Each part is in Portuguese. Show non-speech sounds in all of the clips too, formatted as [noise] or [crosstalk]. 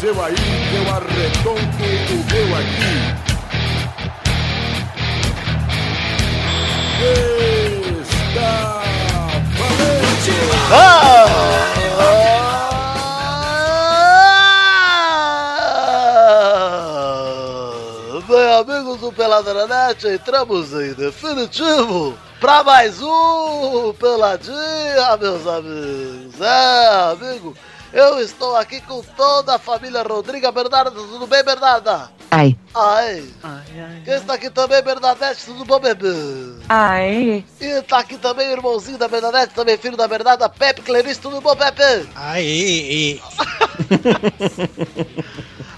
seu aí, eu arredonto o meu aqui. Está valente! Ah! Bem, amigos do Pelada na Net, entramos em definitivo para mais um Peladinha, meus amigos. É, amigo, eu estou aqui com toda a família Rodriga Bernarda. Tudo bem, Bernarda? Ai. Ai. Ai, ai. Quem está aqui também, Bernadette? Tudo bom, bebê? Ai. E tá aqui também o irmãozinho da Bernadette, também filho da Bernarda, Pepe Clarice. Tudo bom, Pepe? Ai,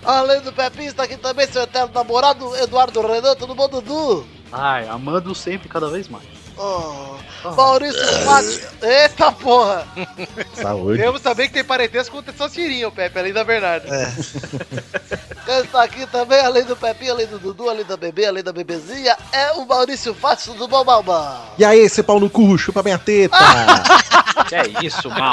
[laughs] Além do Pepinho, está aqui também seu eterno namorado, Eduardo Renan, tudo bom, Dudu? ai, amando sempre cada vez mais. Oh, Maurício Fátio. Eita porra! Saúde. Temos também que tem parentesco com o Tessão Tirinho, Pepe, além da Bernarda. [laughs] Quem está tá aqui também, além do Pepinho, além do Dudu, além da bebê, além da bebezinha, é o Maurício Fátio, tudo bom, Balba? E aí, seu pau no cu, chupa minha teta. Ah, [laughs] Que é isso, mal?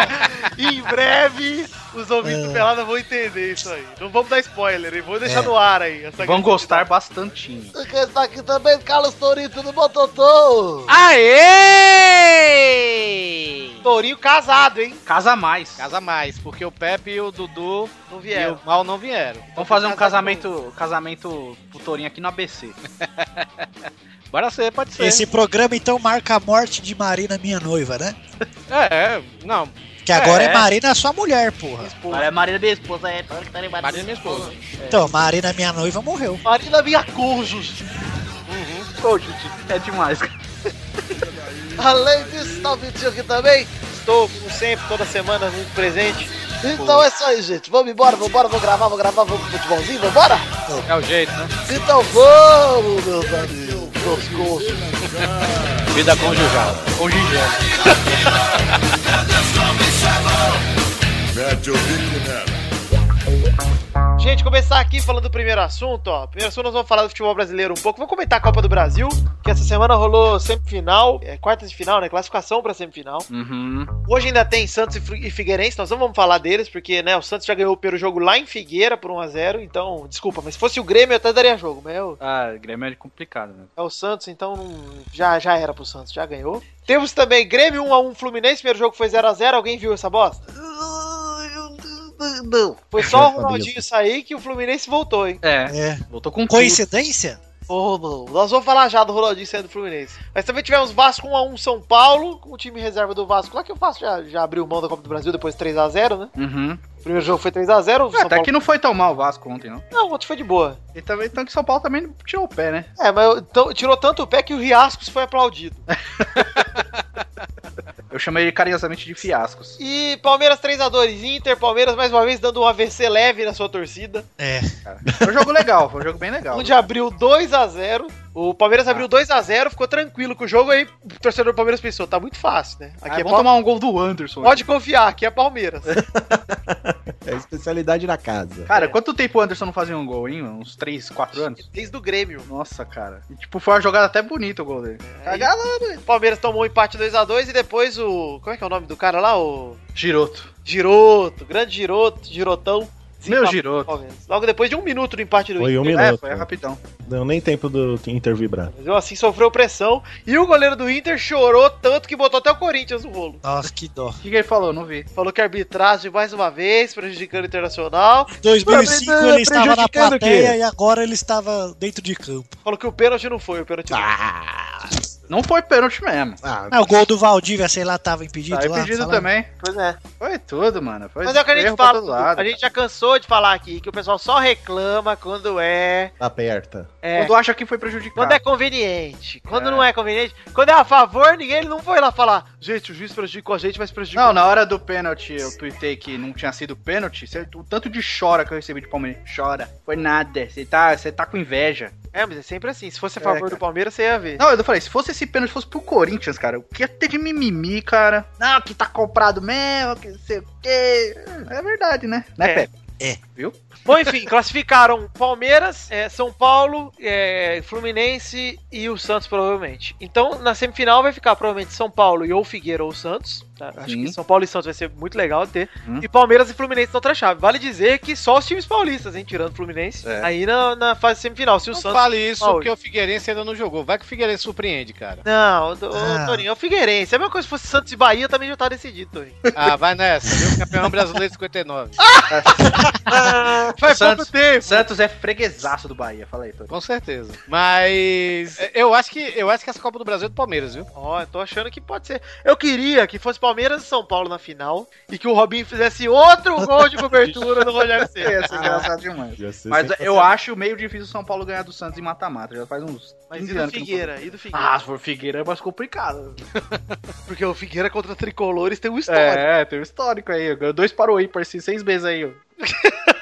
em breve, os ouvintes do Pelada vão entender isso aí. Não vamos dar spoiler, hein? Vou deixar no ar aí. essa Vão é grande gostar bastantinho. E Quem está aqui também, Carlos Torinho, tudo bom, Totô? Aê! Tourinho casado, hein? Casa mais. Casa mais, porque o Pepe e o Dudu Não e vieram. o Mal não vieram. Vamos fazer um Casar de casamento, casamento pro Torinho aqui no ABC. Bora ser, pode ser. Esse programa então marca a morte de Marina, minha noiva, né? É, é, não, Que agora é, É. Marina, sua mulher, porra. Olha, a Maria minha esposa é. Tipo- Maria é minha esposa. Então, Marina, minha noiva, morreu. Marina minha cônjuge. É demais. Além disso, está o Vitinho aqui também. Estou, como sempre, toda semana muito presente. Então é isso aí, gente. Vamos embora, vamos embora, vamos gravar, vamos gravar, vamos pro futebolzinho, vamos embora? É o jeito, né? Então vamos, meus amigos, meus cônjuges. Vida conjugal. Conjugal. Mete o bico nela. Gente, começar aqui falando do primeiro assunto, ó. Primeiro assunto, nós vamos falar do futebol brasileiro um pouco. Vou comentar a Copa do Brasil, que essa semana rolou semifinal, é, quartas de final, né? Classificação pra semifinal. Uhum. Hoje ainda tem Santos e Fri- e Figueirense, nós não vamos falar deles, porque né, o Santos já ganhou o primeiro jogo lá em Figueira por 1x0, então, desculpa, mas se fosse o Grêmio eu até daria jogo, mas é o, Ah, Grêmio é complicado, né? é o Santos, então não- já, já era pro Santos, já ganhou. Temos também Grêmio 1x1 Fluminense, primeiro jogo foi 0x0, alguém viu essa bosta? Não. Foi só o sabia. Ronaldinho sair que o Fluminense voltou, hein? É, É. voltou com tudo. Coincidência? Oh, não. Nós vamos falar já do Ronaldinho saindo do Fluminense. Mas também tivemos Vasco 1x1 São Paulo, com o time reserva do Vasco. Lá que o Vasco já, já abriu mão da Copa do Brasil depois 3x0, né? Uhum. O primeiro jogo foi 3x0, o É, São até Paulo... que não foi tão mal o Vasco ontem, não. Não, ontem foi de boa. E também, então que São Paulo também tirou o pé, né? É, mas eu- então, tirou tanto o pé que o Riascos foi aplaudido. Eu chamei ele carinhosamente de fiascos. E Palmeiras 3x2, Inter, Palmeiras mais uma vez dando um AVC leve na sua torcida. É. Cara. Foi um jogo legal, foi um jogo bem legal. Onde abriu 2x0. O Ah. Palmeiras abriu 2x0, ficou tranquilo com o jogo. Aí o torcedor do Palmeiras pensou: tá muito fácil, né? Aqui Aqui é vamos Pal- tomar um gol do Anderson. Pode confiar, aqui é [laughs] Palmeiras. É a especialidade da casa. É. Cara, quanto tempo o Anderson não fazia um gol, hein? Uns 3, 4 anos? Desde o Grêmio. Nossa, cara. E, tipo, foi uma jogada até bonita o gol dele. Tá Cagada, né? O Palmeiras tomou um empate 2x2 e depois o. Como é que é o nome do cara lá? O. Giroto. Giroto, grande Giroto, Girotão. Meu Sim, Giroto. Palmeiras. Logo depois de um minuto do empate do Foi um É, minuto. foi rapidão. Deu nem tempo do Inter vibrar. Mas eu, assim sofreu pressão. E o goleiro do Inter chorou tanto que botou até o Corinthians no rolo. Nossa, que dó. O que, que ele falou? Não vi. Falou que a arbitragem mais uma vez prejudicando o Internacional. Em 2005 Mas, mas, ele estava na prejudicando o quê? plateia e agora ele estava dentro de campo. Falou que o pênalti não foi, o pênalti não. Ah, Não foi pênalti mesmo. Ah, Ah, o gol do Valdívia, sei lá, estava impedido Tá lá. impedido falaram. também. Pois é. Foi tudo, mano. Foi Mas é o que a gente erro pra todo fala. lado. A gente já cansou de falar aqui que o pessoal só reclama quando é. tá aperta. é, Quando acha que foi Quando prejudicado. é conveniente, quando É. não é conveniente, quando é a favor, ninguém ele não foi lá falar, gente, o juiz prejudicou a gente, mas prejudicou. Não, na hora do pênalti, eu tuitei que não tinha sido pênalti. Cê- O tanto de chora que eu recebi de Palmeiras. Chora. Foi nada. Você tá, cê tá com inveja. É, mas é sempre assim. Se fosse a É, favor cara. do Palmeiras, você ia ver. Não, eu falei, se fosse esse pênalti, fosse pro Corinthians, cara, o que ia ter de mimimi, cara? Não, que tá comprado mesmo, que não sei o quê. É verdade, né? Né, É. Pepe? É. Viu? Bom, enfim, [laughs] classificaram Palmeiras, eh, São Paulo, eh, Fluminense e o Santos, provavelmente. Então, na semifinal vai ficar provavelmente São Paulo e ou Figueira ou Santos. tá? Acho Sim. que São Paulo e Santos vai ser muito legal ter. Hum. E Palmeiras e Fluminense na outra chave. Vale dizer que só os times paulistas, hein, tirando o Fluminense, É. aí na, na fase semifinal. Se o Não Santos. fale isso Ah, porque o Figueirense ainda não jogou. Vai que o Figueirense surpreende, cara. Não, o, o Ah. Torinho, é o Figueirense. É a mesma coisa se fosse Santos e Bahia, também já tá decidido, [laughs] Torinho. Ah, vai nessa. Viu? Campeão brasileiro de [laughs] 59. Faz pouco tempo. Santos é freguesaço do Bahia, fala aí, Tony. Com certeza. Mas é, eu acho que eu acho que essa Copa do Brasil é do Palmeiras, viu? Ó, eu tô achando que pode ser. Eu queria que fosse Palmeiras e São Paulo na final e que o Robinho fizesse outro gol de cobertura no Rogério [laughs] Ceni. Ia ser É, engraçado demais. Ia ser Mas sensacional. eu acho meio difícil o São Paulo ganhar do Santos em mata-mata. Já faz uns. Mas 15 e do anos que não- Figueira? E do Figueira? Ah, se for Figueira é mais complicado. Ah, porque o Figueira contra Tricolores tem um histórico. É, tem um histórico aí. Ganhou dois Paroí por si, seis meses aí, ó. [laughs]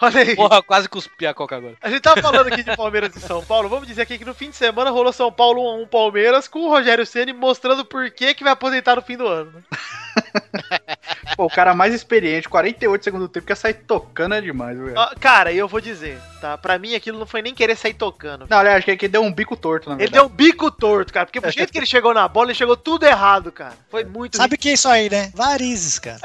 Olha aí. Porra, quase cuspi a coca agora. A gente tava falando aqui de Palmeiras e São Paulo. Vamos dizer aqui que no fim de semana rolou São Paulo 1x1 Palmeiras com o Rogério Ceni mostrando por que que vai aposentar no fim do ano. né? Pô, o cara mais experiente, 48 segundos do tempo, quer sair tocando é demais, velho. Ó, Cara, e eu vou dizer, tá? Pra mim aquilo não foi nem querer sair tocando. Não, aliás, acho que ele deu um bico torto, na Ele verdade. deu um bico torto, cara, porque pro jeito que ele chegou na bola, ele chegou tudo errado, cara. Foi muito Sabe quem é isso aí, né? Varizes, [laughs] cara.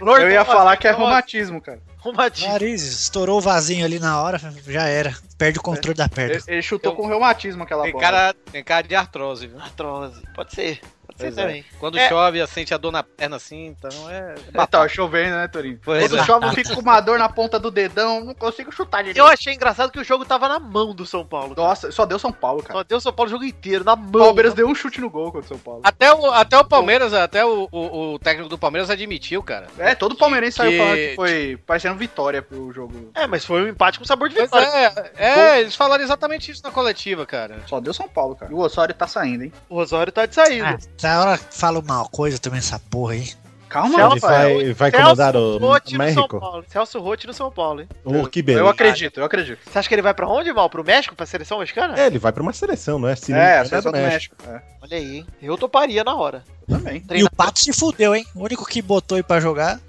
Lord Eu ia Thomas, falar que é Thomas, reumatismo, cara. Romatinho. Varizes. Estourou o vasinho ali na hora, já era. Perde o controle da perna. Ele, ele chutou com reumatismo Tá aquela Tem bola. cara, tem cara de artrose, viu? Artrose. Pode ser. Pode Pois ser é. também. Quando É. chove, sente a dor na perna assim, então é. Ah, tá, chovendo, né, Torinho? Pois Quando é. chove, eu fico com uma dor na ponta do dedão, não consigo chutar direito. Eu achei engraçado que o jogo tava na mão do São Paulo. cara. Nossa, só deu São Paulo, cara. Só deu o São Paulo o jogo inteiro, na O mão. Palmeiras deu Ah, um chute no gol contra o São Paulo. Até o, até o Palmeiras, até o, o, o técnico do Palmeiras admitiu, cara. É, todo palmeirense saiu Que- falando que foi parecendo vitória pro jogo. É, mas foi um empate com sabor de Pois vitória. é, é, eles falaram exatamente isso na coletiva, cara. Só deu São Paulo, cara. E o Osório tá saindo, hein? O Rosário tá de saída. Ah, essa hora que fala uma coisa também, essa porra aí. Calma, Celso, Ele é, Rafael. vai, vai Celso comandar o Rotti no São México? Paulo. Celso Rotti no São Paulo, hein? Oh, que beleza. Eu acredito, eu acredito. Você acha que ele vai pra onde, Mal? Pro México? Pra seleção mexicana? É, ele vai pra uma seleção, não é? Se não me é, a engano, seleção do do México. É, Olha aí, hein? Eu toparia na hora. também. E o Pato se fudeu, hein? O único que botou ele pra jogar.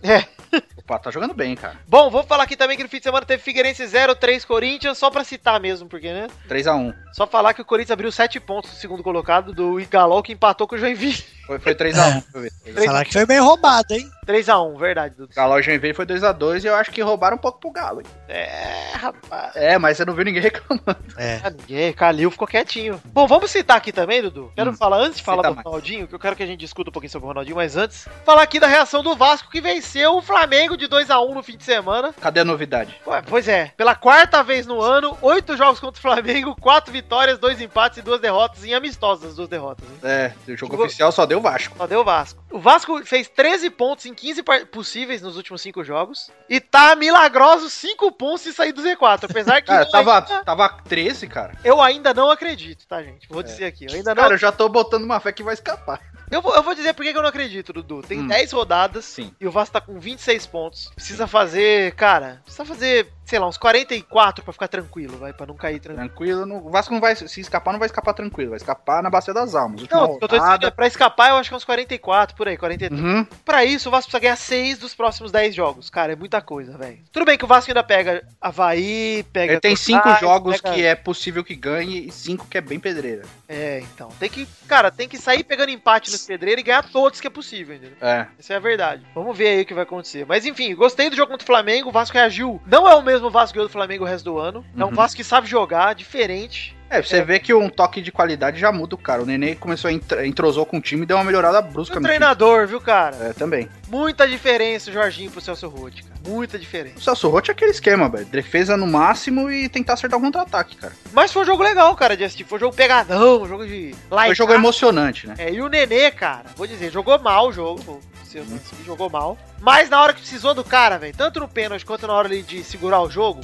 O Pato tá jogando bem, cara. Bom, vou falar aqui também que no fim de semana teve Figueirense 0, 3 Corinthians, só pra citar mesmo, porque, né? 3x1. Só falar que o Corinthians abriu 7 pontos no segundo colocado do Igalol, que empatou com o Joinville. [laughs] Foi, foi É. 3x1. deixa eu ver. Falaram que foi meio roubado, hein? 3x1, verdade, Dudu. Galo e Joinville foi 2x2 e eu acho que roubaram um pouco pro Galo. hein? É, rapaz. É, mas você não viu ninguém [laughs] reclamando. É. Ah, Ninguém, Calil ficou quietinho. Bom, vamos citar aqui também, Dudu. Quero Hum, falar, antes de falar cita do mais. Ronaldinho, que eu quero que a gente discuta um pouquinho sobre o Ronaldinho, mas antes, falar aqui da reação do Vasco, que venceu o Flamengo de 2x1 no fim de semana. Cadê a novidade? Ué, Pois é, pela quarta vez no ano, oito jogos contra o Flamengo, quatro vitórias, dois empates e duas derrotas, em amistosas as duas derrotas. hein? É, o jogo Jogou- oficial só deu o Vasco. Só deu o Vasco. O Vasco fez 13 pontos em 15 par- possíveis nos últimos 5 jogos. E tá milagroso 5 pontos se sair do Z4. Apesar que [laughs] Cara, eu, tava, ainda, tava 13, cara. eu ainda não acredito, tá, gente? Vou dizer aqui. Eu ainda não. É. Cara, eu já tô botando uma fé que vai escapar. eu, vou, eu vou dizer por que que eu não acredito, Dudu. Tem Hum. 10 rodadas. Sim. E o Vasco tá com 26 pontos. Precisa fazer, cara, precisa fazer, sei lá, uns 44 pra ficar tranquilo, vai, pra não cair tranquilo. Tranquilo, não- o Vasco não vai se escapar, não vai escapar tranquilo, vai escapar na bacia das almas. Última Não, o que eu tô dizendo, rodada. é, pra escapar eu acho que é uns 44 por aí, 43. Uhum. Pra isso, o Vasco precisa ganhar 6 dos próximos 10 jogos. Cara, é muita coisa, velho. Tudo bem que o Vasco ainda pega Havaí, pega. Ele tem cinco Goiás, jogos pega- que é possível que ganhe e cinco que é bem pedreira. É, então. Tem que. Cara, tem que sair pegando empate nos pedreiros e ganhar todos que é possível, entendeu? É. Essa é a verdade. Vamos ver aí o que vai acontecer. Mas enfim, gostei do jogo contra o Flamengo. O Vasco reagiu. Não é o mesmo Vasco que o do Flamengo o resto do ano. É um Uhum. Vasco que sabe jogar, diferente. É, você É. vê que um toque de qualidade já muda o cara. O Nenê começou a entr- entrosou com o time e deu uma melhorada brusca O no time. Um treinador, viu, cara? É, também. Muita diferença o Jorginho pro Celso Rotti, cara. Muita diferença. O Celso Rotti é aquele esquema, velho. Defesa no máximo e tentar acertar o contra-ataque, cara. Mas foi um jogo legal, cara, de assistir. Foi um jogo pegadão, um jogo de. Foi um tá. jogo emocionante, né? É, e o Nenê, cara, vou dizer, jogou mal o jogo. vou- Se eu não sei, jogou mal. Mas na hora que precisou do cara, velho, tanto no pênalti quanto na hora ali de segurar o jogo,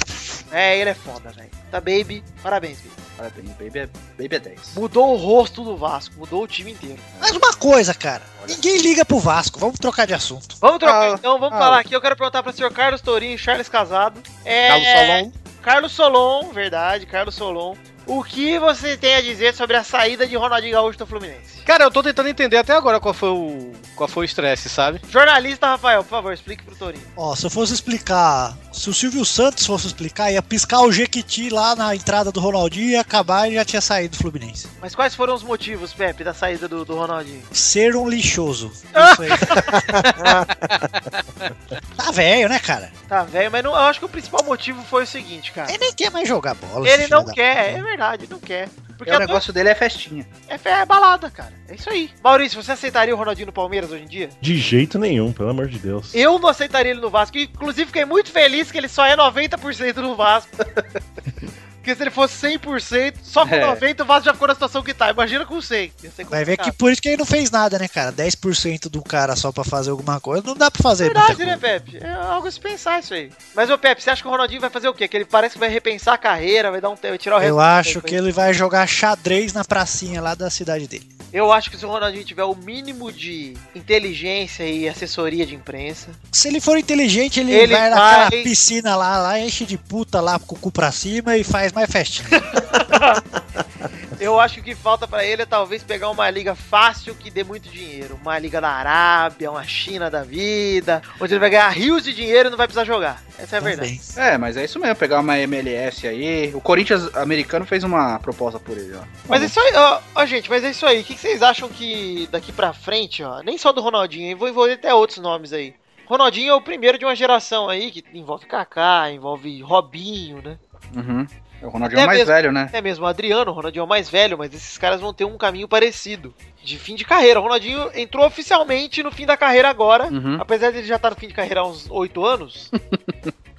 é, ele é foda, velho. Tá, baby, parabéns, baby. Parabéns, Baby é, baby é 10. Mudou o rosto do Vasco, mudou o time inteiro. Mas uma coisa, cara. Ninguém liga pro Vasco. Vamos trocar de assunto. Vamos trocar Ah, então, vamos ah. falar aqui. Eu quero perguntar para o senhor Carlos Tourinho, e Charles Casado. É, Carlos Solon. Carlos Solon, verdade, Carlos Solon. O que você tem a dizer sobre a saída de Ronaldinho Gaúcho do Fluminense? Cara, eu tô tentando entender até agora qual foi o. qual foi o estresse, sabe? Jornalista Rafael, por favor, explique pro Torinho. Ó, se eu fosse explicar, se o Silvio Santos fosse explicar, ia piscar o Jequiti lá na entrada do Ronaldinho e ia acabar e já tinha saído do Fluminense. Mas quais foram os motivos, Pepe, da saída do, do Ronaldinho? Ser um lixoso. Isso aí. tá velho, né, cara? Tá velho, mas não, eu acho que o principal motivo foi o seguinte, cara. Ele nem quer mais jogar bola. Ele esse não filho da quer, é puta. verdade, não quer. um Porque o a negócio dele é festinha. dor- é, fe- é balada, cara. É isso aí. Maurício, você aceitaria o Ronaldinho no Palmeiras hoje em dia? De jeito nenhum, pelo amor de Deus. Eu não aceitaria ele no Vasco. Inclusive, fiquei muito feliz que ele só é 90% no Vasco. [laughs] Porque se ele fosse 100%, só com É. 90% o Vasco já ficou na situação que tá. Imagina com 100. Ia ser Vai ver que complicado. por isso que ele não fez nada, né, cara? 10% do cara só pra fazer alguma coisa, não dá pra fazer Verdade, né, muita coisa. Pepe? É algo a se pensar isso aí. Mas, ô Pepe, você acha que o Ronaldinho vai fazer o quê? Que ele parece que vai repensar a carreira, vai dar um tempo, vai tirar o Eu do acho tempo que aí. ele vai jogar xadrez na pracinha lá da cidade dele. Eu acho que se o Ronaldinho tiver o mínimo de inteligência e assessoria de imprensa, Se ele for inteligente, ele, Ele vai naquela vai- piscina lá, lá, enche de puta lá com o cu pra cima e faz mais festinha. É eu acho que o que falta pra ele é talvez pegar uma liga fácil que dê muito dinheiro. Uma liga da Arábia, uma China da vida, onde ele vai ganhar rios de dinheiro e não vai precisar jogar. Essa é a verdade. Também. É, mas é isso mesmo, pegar uma MLS aí. O Corinthians americano fez uma proposta por ele, ó. Uhum. Mas é isso aí, ó, ó, gente, mas é isso aí. O que que vocês acham que daqui pra frente, ó, nem só do Ronaldinho, hein, vou envolver até outros nomes aí. Ronaldinho é o primeiro de uma geração aí que envolve Kaká, envolve Robinho, né? Uhum. O Ronaldinho é É o mais mesmo. velho, né? É mesmo, o Adriano, o Ronaldinho é o mais velho, mas esses caras vão ter um caminho parecido. De fim de carreira. O Ronaldinho entrou oficialmente no fim da carreira agora. Uhum. Apesar de ele já estar no fim de carreira há uns 8 anos, [laughs]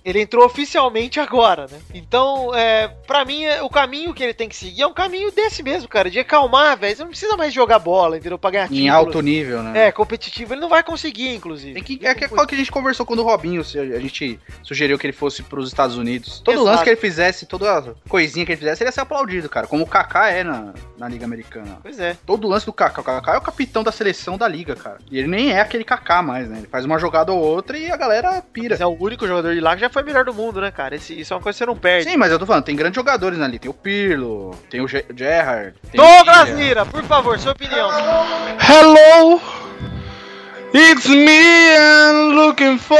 ele entrou oficialmente agora, né? Então, é, para mim, é, o caminho que ele tem que seguir é um caminho desse mesmo, cara, de acalmar, velho. Você não precisa mais jogar bola, entendeu? Pra ganhar Em título. alto nível, né? É, competitivo. Ele não vai conseguir, inclusive. Tem que, é que- aquela que a gente conversou quando o Robinho, se- a gente sugeriu que ele fosse pros Estados Unidos. Todo Exato. lance que ele fizesse, toda coisinha que ele fizesse, ele ia ser aplaudido, cara. Como o Kaká é na, na Liga Americana. Pois é. Todo lance do Kaká. O Kaká é o capitão da seleção da Liga, cara. E ele nem é aquele Kaká mais, né? Ele faz uma jogada ou outra e a galera pira. Mas é o único jogador de lá que já foi melhor do mundo, né, cara? Esse- isso é uma coisa que você não perde. Sim, mas eu tô falando, tem grandes jogadores ali. Tem o Pirlo, tem o Ge- Gerrard. tem o Douglas Willian. Lira, por favor, sua opinião. Hello! It's me I'm looking for.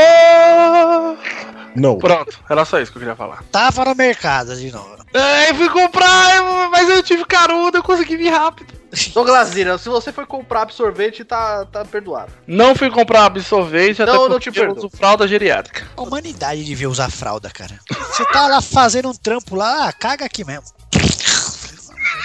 Não. Pronto, era só isso que eu queria falar. Tava no mercado de novo. É, eu fui comprar, mas eu tive carona, eu consegui vir rápido. Douglas Lira, se você foi comprar absorvente, tá, tá perdoado. Não fui comprar absorvente, Não, até eu não porque te perdoo. eu uso fralda geriátrica. A humanidade devia usar fralda, cara. Você tá lá fazendo um trampo lá, ah, caga aqui mesmo. [laughs]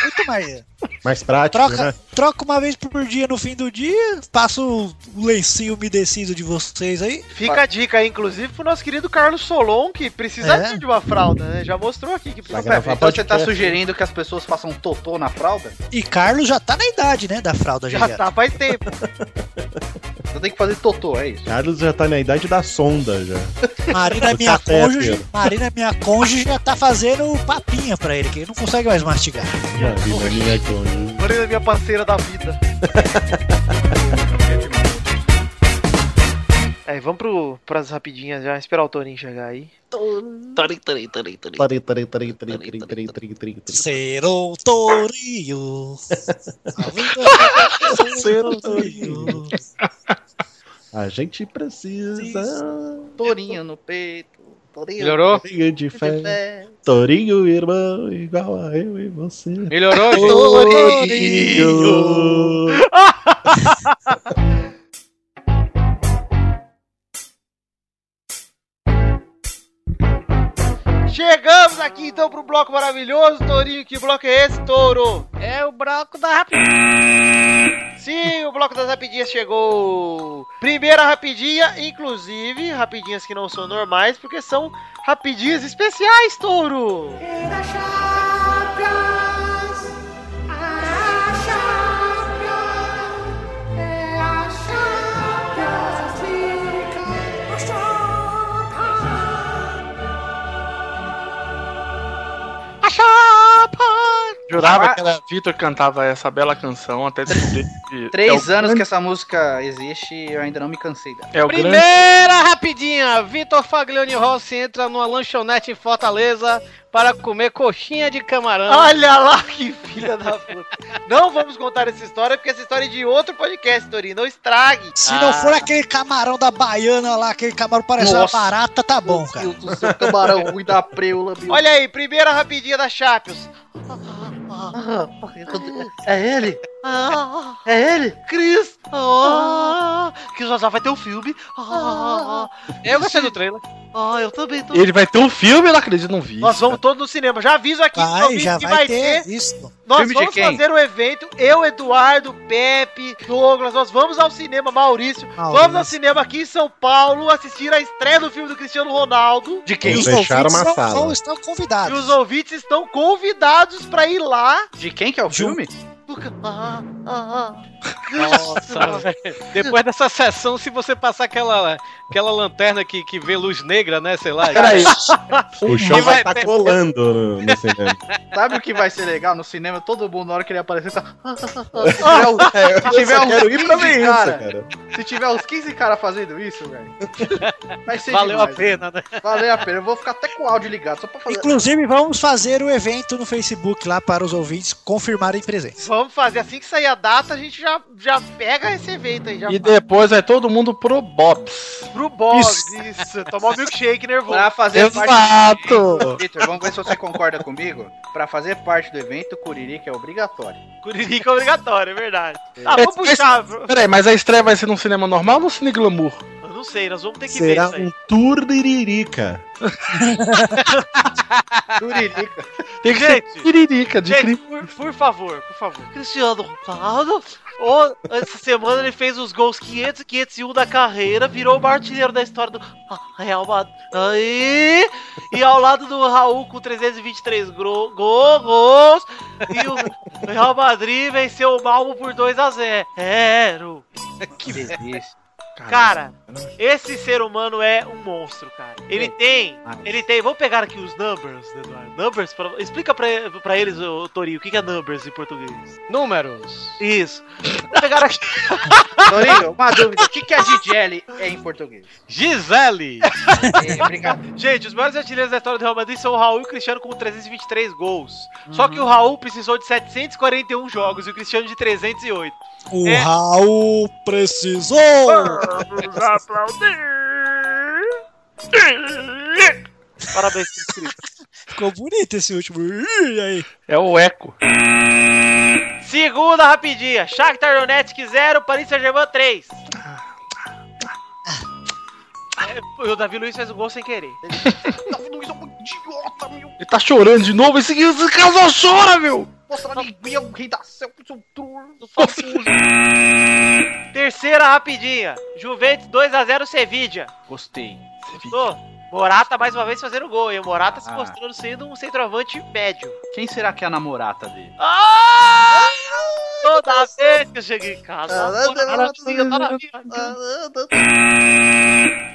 Muito mais. Mais prático, Troca, né? troca uma vez por dia no fim do dia, passa o lencinho umedecido de vocês aí. Fica a dica aí, inclusive, pro nosso querido Carlos Solon, que precisaria É. de uma fralda, né? Já mostrou aqui que Vai precisa. gravar Então você podcast, tá sugerindo que as pessoas façam totô na fralda? E Carlos já tá na idade, né? Da fralda Já geriátrica. tá faz tempo. Você tem que fazer totô, é isso. Carlos já tá na idade da sonda já. Marina, é [laughs] Do minha café, cônjuge, Tá Pedro. Marina, é minha cônjuge já tá fazendo papinha pra ele, que ele não consegue mais mastigar. Já vi na minha cônjuge. Morena, minha parceira da vida. É, vamos pro, pras rapidinhas já, esperar o Torinho chegar aí. Tari, tari, tari, tari, tari, tari, tari, tari, tari. Ser um tourinho. A vida é [laughs] Ser um tourinho. A gente precisa. Torinho no peito. Torinho Melhorou? Torinho de no fé. pé. Torinho, irmão, igual a eu e você. Melhorou, [laughs] gente? Torinho. Chegamos aqui então pro bloco maravilhoso, Torinho. Que bloco é esse, Touro? É o broco da rapidez. Sim, o bloco das rapidinhas chegou! Primeira rapidinha, inclusive, rapidinhas que não são normais, porque são rapidinhas especiais, Touro! adorava Qua- que era Vitor cantava essa bela canção até descobrir que Três é o anos grande- que essa música existe e eu ainda não me cansei dela. é o grande Primeira rapidinha! Vitor Faglione Rossi entra numa lanchonete em Fortaleza para comer coxinha de camarão. Olha lá que filha da puta. Não vamos contar essa história, porque essa história é de outro podcast, Torinho. Não estrague. Se não for aquele camarão da baiana lá, aquele camarão parecendo uma Nossa. barata, tá bom, cara. Meu Deus do céu, camarão ruim da preula, meu. Olha aí, primeira rapidinha da Champions. É ele? Ah, É ele? Cris! Ah, que já já vai ter um filme. Ah, [laughs] Eu gostei do [laughs] trailer. ah, eu também tô. ele vai ter um filme, eu não acredito, não vi. Nós vamos todos no cinema. Já aviso aqui Vai, ouvintes já que vai ter isso. Nós Filme de vamos quem? fazer um evento. Eu, Eduardo, Pepe, Douglas, nós vamos ao cinema, Maurício. Maurício. Vamos ao cinema aqui em São Paulo assistir a estreia do filme do Cristiano Ronaldo. De E quem? os Fecharam ouvintes uma são- sala. são- estão E os convidados. ouvintes estão convidados pra ir lá. De quem que é o De um- filme? Ah, ah, [laughs] Nossa, velho. Depois dessa sessão, se você passar aquela, aquela lanterna que, que vê luz negra, né? Sei [laughs] lá. Peraí. O E chão vai vai- estar colando no, no cinema. Sabe o que vai ser legal? No cinema, todo mundo, na hora que ele aparecer, tá... [laughs] [laughs] É, eu tiver só um quero ir pra vídeo, ver isso, cara. cara. ah, Se tiver uns 15 caras fazendo isso, velho. Vai ser Valeu a demais, pena, né? velho. Valeu a pena. Eu vou ficar até com o áudio ligado, só pra fazer. Inclusive, vamos fazer o evento no Facebook lá para os ouvintes confirmarem presença. Vamos fazer assim que sair a data, a gente já, já pega esse evento aí, já faz. E depois vai todo mundo pro Bob's. pro Bob, Isso. isso. tomar um milkshake nervoso. Pra fazer Exato! Vitor, vamos ver se você concorda comigo. Pra fazer parte do evento, Curirica é obrigatório. Curirica é obrigatório, é verdade. Ah, vamos puxar. bro. Peraí, mas a estreia vai ser num cinema normal ou no Cine Glamour? Eu não sei, nós vamos ter que Será ver isso aí. um tour de Iririca. Curirica. Tem que Gente, ser Curirica, de Gente, crime. por, por favor, por favor. Cristiano Ronaldo, ó, essa semana ele fez os gols 500 e 501 da carreira, virou o artilheiro da história do Real Madrid. Aí, e ao lado do Raul com 323 gro- go- gols, e o Real Madrid venceu o Malmo por 2 a 0 Que delícia. Cara, esse ser humano é um monstro, cara. Ele tem, ele tem. Vamos pegar aqui os numbers, Eduardo. Numbers, pra- explica pra, pra eles, ô, Torinho, o que que é numbers em português. Números. Isso. Vamos pegar aqui. [laughs] Torinho, uma dúvida. O que, que é Gigeli é em português? Gisele. É, obrigado. Gente, os maiores artilheiros da história do Real Madrid são o Raul e o Cristiano com 323 gols. Só que o Raul precisou de 741 jogos e o Cristiano de 308. O É. Ah! Raul precisou! Parabéns, Cristiano. Ficou bonito esse último. Ih, aí. É o Eco. Segunda rapidinha. Shakhtar Donetsk 0, Paris Saint-Germain 3. É, o Davi Luiz fez o gol sem querer. é um Ele tá chorando de novo. Esse, esse casal chora, meu! Mostra a linguinha, o rei da selva, o seu turno. Terceira rapidinha. Juventus 2x0 Sevilla. Gostei. Gostou? Morata mais uma vez fazendo gol, hein? O Morata se Ah. mostrando sendo um centroavante médio. Quem será que é a namorada dele? Ah! Toda vez que eu chego em casa, assim, a namorada fica toda na minha casa.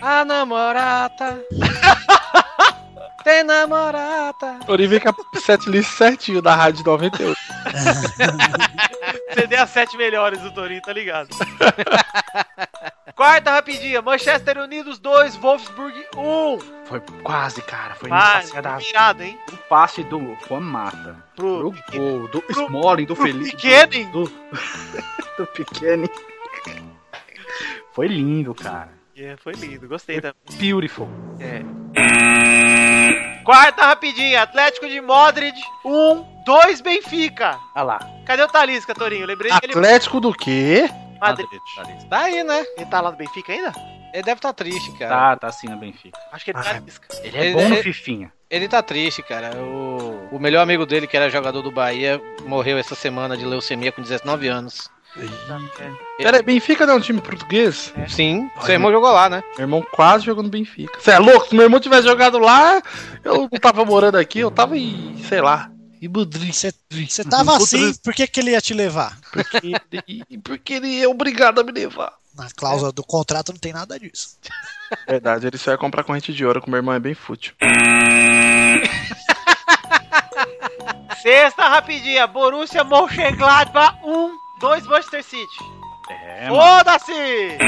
A namorata. Tem namorata. Oriveca setlist certinho da Rádio 98. CD as sete melhores do Torinho, tá ligado? [laughs] Quarta rapidinha, Manchester Unidos 2, Wolfsburg 1. Foi quase, cara. Foi Mas, no da... virada, hein? um passe do Juan Mata. Pro, Pro gol, do pro- Smalling, do pro Felipe. pequeno, hein? Do pequeno. Foi lindo, cara. É, foi lindo, gostei também. Beautiful. Quarta rapidinha, Atlético de Modric 1, 2 Benfica. Olha lá. Cadê o Talisca, Torinho? Lembrei dele. Atlético do quê? Madrid. Tá aí, né? Ele tá lá no Benfica ainda? Ele deve estar triste, cara. Tá, tá assim no Benfica. Acho que ele tá Ah, Talisca. Ele é Ele- bom ele- no Fifinha. Ele tá triste, cara. O, o melhor amigo dele, que era jogador do Bahia, morreu essa semana de leucemia com 19 anos. Peraí, Benfica não é um time português? Sim, seu irmão jogou lá, né? Meu irmão quase jogou no Benfica. Você é louco? Se meu irmão tivesse jogado lá, eu não tava morando aqui, eu tava em, sei lá, em Madrid. Você tava assim, por que, que ele ia te levar? Porque ele, porque ele é obrigado a me levar. Na É. cláusula do contrato não tem nada disso. Verdade, ele só ia comprar corrente de ouro, que meu irmão é bem fútil. Sexta rapidinha, Borussia Mönchengladbach 1, 2 Manchester City. É, mano. Foda-se!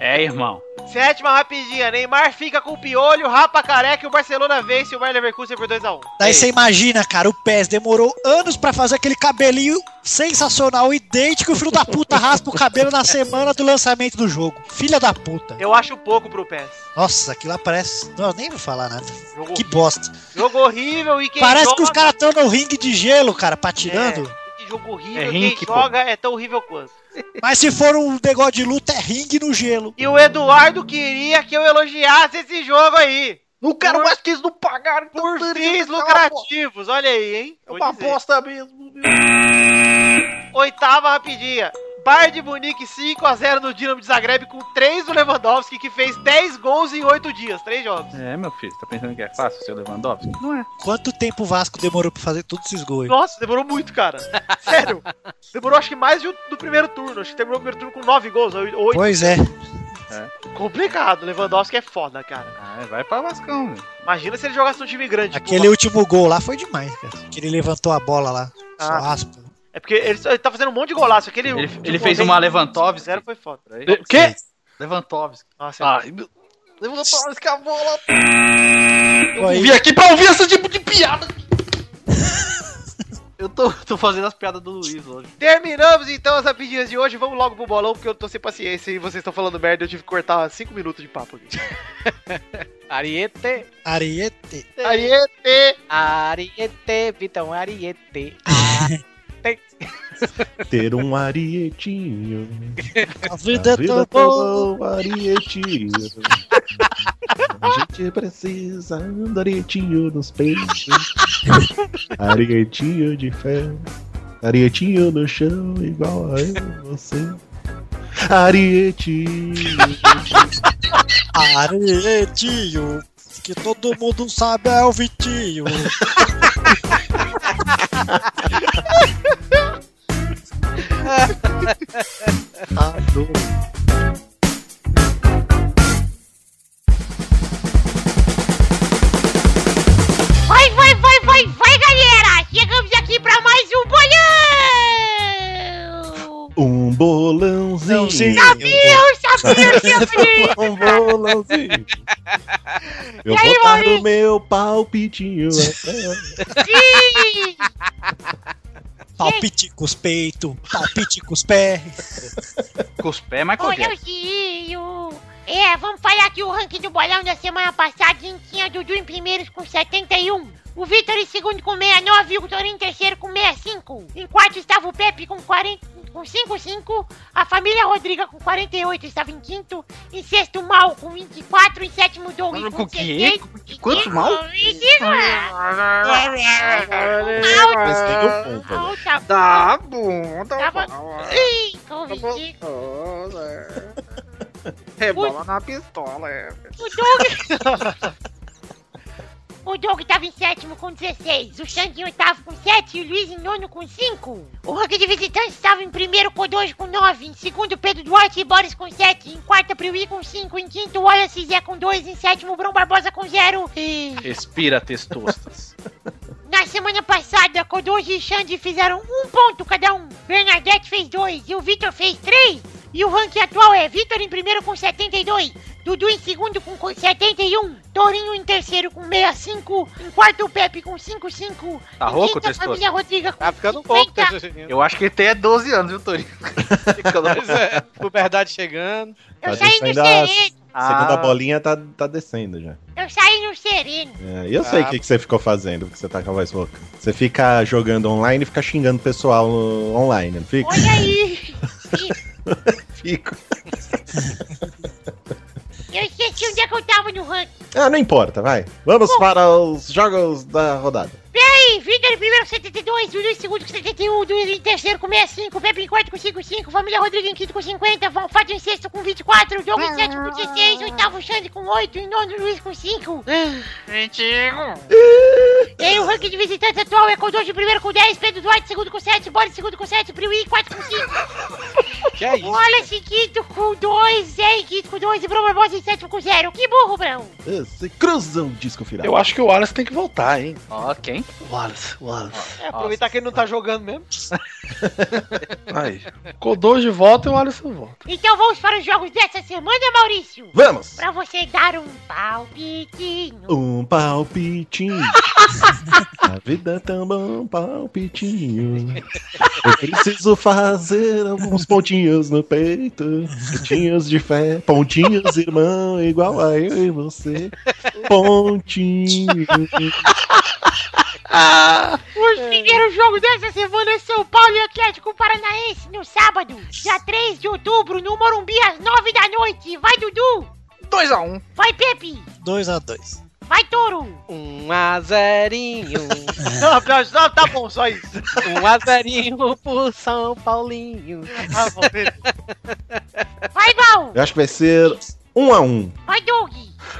É, irmão. Sétima rapidinha, Neymar fica com o piolho, rapa careca e o Barcelona vence o Bayer Leverkusen por 2x1. É. Daí você imagina, cara, o PES demorou anos pra fazer aquele cabelinho sensacional, idêntico, e o filho da puta raspa o cabelo na semana do lançamento do jogo. Filha da puta. Eu acho pouco pro PES. Nossa, aquilo lá parece. Não, eu nem vou falar nada. Jogo, Que bosta. jogo horrível e quem Parece joga... que os caras estão no ringue de gelo, cara, patinando. Que jogo horrível, É quem Rink, pô. joga é tão horrível quanto. Mas se for um negócio de luta, é ringue no gelo. E o Eduardo queria que eu elogiasse esse jogo aí. Não quero mais que eles não pagaram Por fins lucrativos, olha aí, hein? Vou dizer. É mesmo. Oitava rapidinha. Bayern de Munique 5x0 no Dinamo de Zagreb com 3 do Lewandowski, que fez 10 gols em 8 dias, 3 jogos. É, meu filho, tá pensando que é fácil, seu Lewandowski? Não é. Quanto tempo o Vasco demorou pra fazer todos esses gols? aí? Nossa, demorou muito, [laughs] cara. Sério. Demorou acho que mais de um- do primeiro turno. Acho que terminou o primeiro turno com 9 gols, 8. Pois é. Complicado. Lewandowski é foda, cara. Ah, vai pra Vascão, velho. Imagina se ele jogasse num time grande. tipo, Aquele último gol lá foi demais, cara. Que ele levantou a bola lá. Só Ah. raspa. É porque ele, só- ele tá fazendo um monte de golaço. Aquele, Ele, tipo, ele fez ontem, uma Levantovski. 0 foi foda. O quê? Ah, Levantovski. Nossa, é. Ai, meu... Levantovski, a bola. Pô, aí- Vim aqui pra ouvir esse tipo de piada. Eu tô, tô fazendo as piadas do Luiz hoje. Terminamos então as rapidinhas de hoje. Vamos logo pro bolão, porque eu tô sem paciência e vocês estão falando merda. Eu tive que cortar 5 minutos de papo aqui. Ariete, Ariete. Ariete! Ariete, Vitão Ariete. Ter um [laughs] arietinho. A vida, A tá vida boa. tomou arietinho. A gente precisa do arietinho nos peitos. Arietinho de ferro. Arietinho no chão, igual a eu e você. Arietinho. Aretinho, que todo mundo sabe é o Vitinho. Vai, vai, vai, vai, vai, galera! Chegamos aqui pra mais um bolão! Um bolãozinho. Eu sabia [laughs] que eu podia! Um bolãozinho. Eu E aí, vou dar Maurício? no meu palpitinho. Sim! Palpite com os peitos, palpite com os pés. Com os pés, Michael Jackson. Bolãozinho! É, vamos falar aqui o ranking do bolão da semana passada. A gente tinha Dudu em primeiros com 71. O Vitor em segundo com 69 e o Torinho em terceiro com 65. Em quarto estava o Pepe com 40, com 55. A família Rodriga com 48 estava em quinto. Em sexto, Mal com 24. Em sétimo, Douglas Mano, com, com 60. 500? Quanto mal? é. Mas tem um ponto, velho. Alta Tá bom, tá Tava- bom. convidinha. Rebola na pistola, é. O Doug. [laughs] O Doug tava em sétimo com 16, o Xande em oitavo com 7 e o Luiz em nono com 5. O ranking de visitantes estava em primeiro Kodoji com 9, em segundo Pedro Duarte e Boris com 7, em quarto Priui com 5, em quinto Wallace Cizé com 2, em sétimo Bruno Barbosa com 0. E Respira, testostas. na semana passada, Kodoji e Xande fizeram um ponto cada um. Bernadette fez 2 e o Vitor fez 3. E o ranking atual é Vitor em primeiro com 72, Dudu em segundo com co- 71, Torinho em terceiro com 65, em quarto o Pepe com 55, Tá em rouco, quinto a testoso? família Rodriga com Tá ficando 50. pouco, tá, Jorginho? Eu acho que ele tem é 12 anos, [laughs] viu, Torinho? Pois é, puberdade chegando. Eu Ah. Tá saí no descendo a sereno, segunda bolinha tá, tá descendo já. eu saí no sereno. É, e eu Ah. sei o que, que você ficou fazendo, porque você tá com a voz rouca. Você fica jogando online e fica xingando o pessoal no- online, não fica? Olha aí, Fico. eu esqueci onde é que eu tava no ranking. Ah, não importa, vai. Vamos para os jogos da rodada. Aí, Vitor em primeiro com 72, Dudu em segundo com 71, Dudu em um, terceiro com 65, Pepe em quarto com 55, família Rodrigo em quinto com 50, Valfato em sexto com 24, Diogo em sétimo com 16, oitavo Xande com 8 e nono Luiz com 5. E aí, o ranking de visitantes atual é Condor de primeiro com 10, Pedro Duarte segundo com 7, Boris segundo com 7, Priui quarto com 5. Que é isso? Olha seguido com 2, é quinto com 2 e Bruno Barbosa em sétimo com 0. Que burro, Brão. Esse cruzão disco final. Eu acho que o Wallace tem que voltar, hein? Ó, quem? Wallace, Wallace. É, aproveitar que ele não tá jogando mesmo. Aí. Kodoji volta e o Wallace volta. Então vamos para os jogos dessa semana, Maurício. Vamos! Pra você dar um palpitinho. Um [laughs] palpitinho. A vida é também um palpitinho. Eu preciso fazer alguns pontinhos no peito. Pontinhos de fé. Pontinhos, irmão, igual a eu e você. Pontinho. [laughs] Os primeiros jogos dessa semana é São Paulo e Atlético Paranaense no sábado, dia 3 de outubro, no Morumbi, às 9 da noite. Vai, Dudu! 2x1. Vai, Pepe! 2x2. Vai, Touro! Um a zerinho, Não, não, tá bom, só isso. um a zerinho pro São Paulinho. Tá bom, beleza. Vai, Gal! Eu acho que vai ser um a um. Vai, Doug!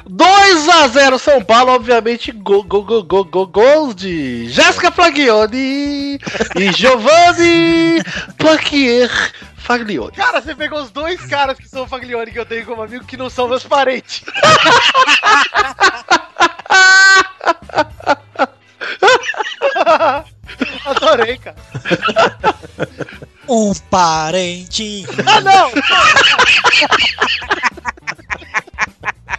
2x0 São Paulo, obviamente, go, go, go, go, go, gols de Jéssica Flaglione e Giovanni Planquier Faglione. Cara, você pegou os dois caras que são Faglione que eu tenho como amigo que não são meus parentes. [laughs] Adorei, cara. Um [laughs] parente. Ah, não!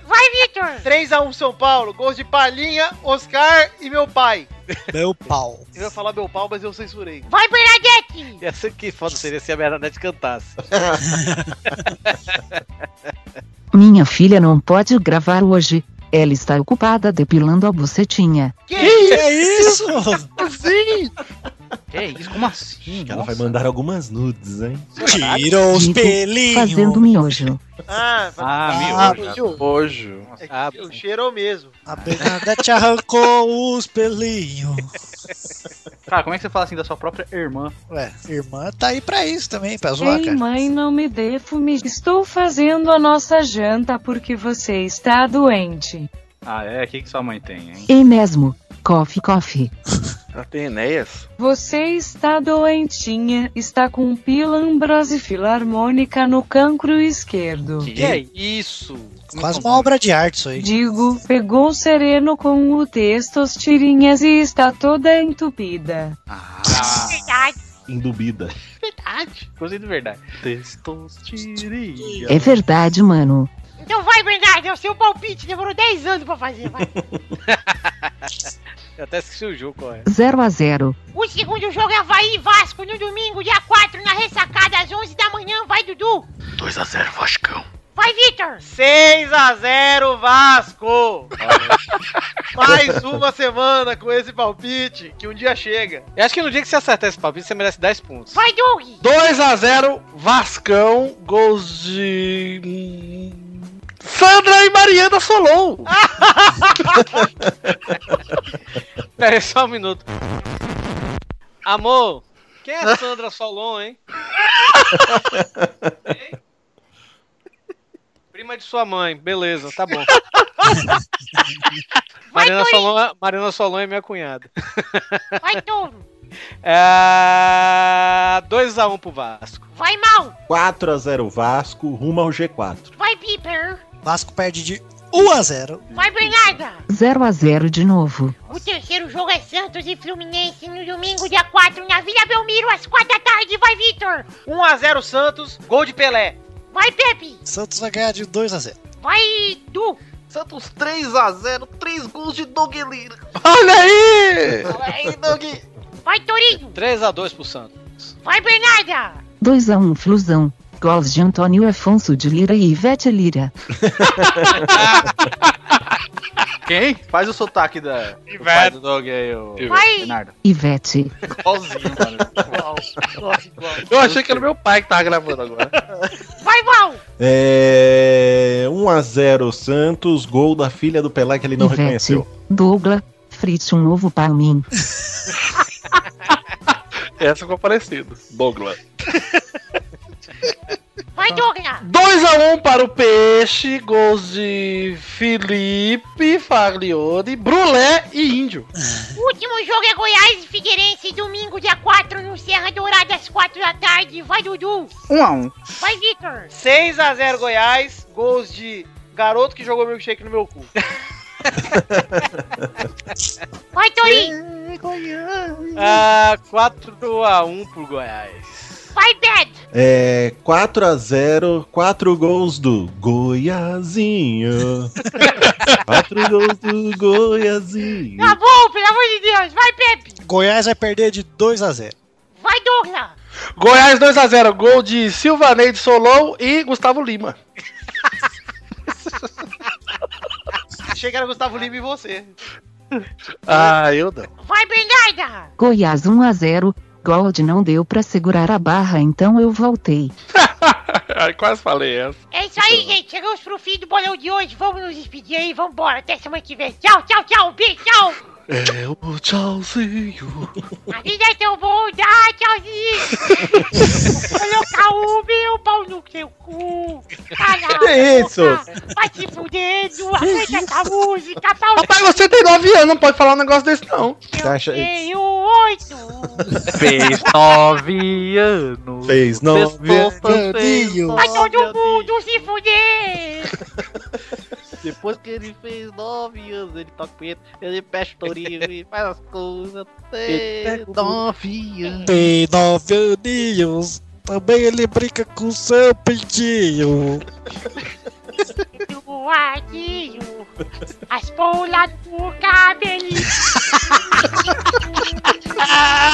Vai, Vitor! 3x1 São Paulo, gols de Palhinha, Oscar e meu pai. Meu pau. Eu ia falar meu pau, mas eu censurei. Vai, Bernadette! Essa que foda seria se a Bernadette cantasse. Minha filha não pode gravar hoje. Ela está ocupada depilando a bucetinha. Que é isso? Que isso? Como assim? Ela Nossa. vai mandar algumas nudes, hein? Tira os Digo, Fazendo pelinhos. miojo. Ah, assim? Ah, meu. viu? Hoje. Ah, O cheiro é o mesmo. A Bernadette arrancou os pelinhos. Cara, como é que você fala assim da sua própria irmã? Ué, irmã tá aí pra isso também, pra zoar, cara. mãe, não me dê fome. Estou fazendo a nossa janta porque você está doente. Ah, é? O que, que sua mãe tem, hein? E mesmo. Coffee, coffee. [laughs] Ela tem Enéas. Você está doentinha, está com pilambrose filarmônica no cancro esquerdo. que é isso? Quase uma obra de arte isso aí. Digo, pegou sereno com o texto as tirinhas e está toda entupida. Ah, Verdade, Indubida. verdade. coisa de verdade. É verdade, mano. Então vai, Bernardo, é o seu palpite, demorou 10 anos pra fazer, vai. Eu até esqueci o jogo, qual é. 0 a 0 O segundo jogo é Havaí e Vasco no domingo, dia 4, na ressacada, às 11 da manhã. Vai, Dudu! 2x0 Vascão. Vai, Vitor! 6x0 [laughs] Vasco! Mais uma semana com esse palpite que um dia chega. Eu acho que no dia que você acertar esse palpite, você merece 10 pontos. [laughs] Vai, Doug! 2x0 Vascão, gols de. hum, Sandra e Mariana Solon. Pera aí, só um minuto. Amor, quem é a Sandra Solon, hein? Hein? Prima de sua mãe, beleza, tá bom. Mariana Solon, é- Mariana Solon é minha cunhada. [laughs] Vai, Touro! É... 2x1 pro Vasco. Vai, Mal! 4x0 Vasco, rumo ao G4. Vai, Piper! Vasco perde de 1 a 0. Vai, Bernarda! 0 a 0 de novo. O terceiro jogo é Santos e Fluminense no domingo, dia 4, na Vila Belmiro, às 4 da tarde. Vai, Vitor! 1x0 Santos, gol de Pelé. Vai, Pepe! Santos vai ganhar de 2 a 0. Vai, Du! Santos 3x0, 3 gols de Dogueleira. Olha aí! Vai, Torinho! 3x2 pro Santos. Vai, Bernarda! 2 a 1 Flusão. Gols de Antônio Afonso de Lira e Ivete Lira. Quem? Faz o sotaque da, do pai do Dog aí, o Vai. Bernardo. Ivete. Igualzinho, mano. Eu achei que era meu pai que tava gravando agora. Vai, Val! É. 1x0 Santos, gol da filha do Pelé que ele não Ivete. reconheceu. Douglas. Frite um ovo para mim. Essa ficou parecida. Douglas. Vai, Vai, Douglas! 2x1 para o Peixe, gols de Felipe Faglione, Brulé e Índio. [laughs] Último jogo é Goiás e Figueirense, domingo, dia 4, no Serra Dourada, às 4 da tarde. Vai, Dudu! 1x1. Vai, Victor! 6x0 Goiás, gols de garoto que jogou milkshake no meu cu. Vai, Torinho! Ah, 4x1 pro Goiás. Vai, Bad! É 4x0, 4 gols do [laughs] Goiazinho. 4 gols do Goiazinho. Tá bom, pelo amor de Deus! Vai, Pepe! Goiás vai perder de 2 a 0. Vai, Douglas! Goiás 2x0, gol de Silvaneide Solon e Gustavo Lima. Achei que era Gustavo Lima e você. Ah, eu não. Vai, Bernarda! Goiás 1 a 0. Gold não deu pra segurar a barra, então eu voltei. Quase falei essa. É isso aí, gente! Chegamos pro fim do bolão de hoje. Vamos nos despedir aí, vambora! Até semana que vem! Tchau, tchau, tchau! Um Beijo, tchau! É o tchauzinho. A vida é tão bom, dá tchauzinho! Colocar o meu pau no seu cu! Cala Que a isso? boca, Vai se fudendo! Aceita essa música, pau no Rapaz, você tem 9 anos, não pode falar um negócio desse, não. Tá acha- Tenho oito! Fez 9 anos. Fez nove um Sextou-feira. Vai todo mundo se fuder! Depois que ele fez 9 anos, ele toca punheta, ele peste tourinho, ele faz as coisas. Fez 9 anos. Tem nove aninhos. Também ele brinca com seu pintinho. Do arquinho, as polas do cabelinho.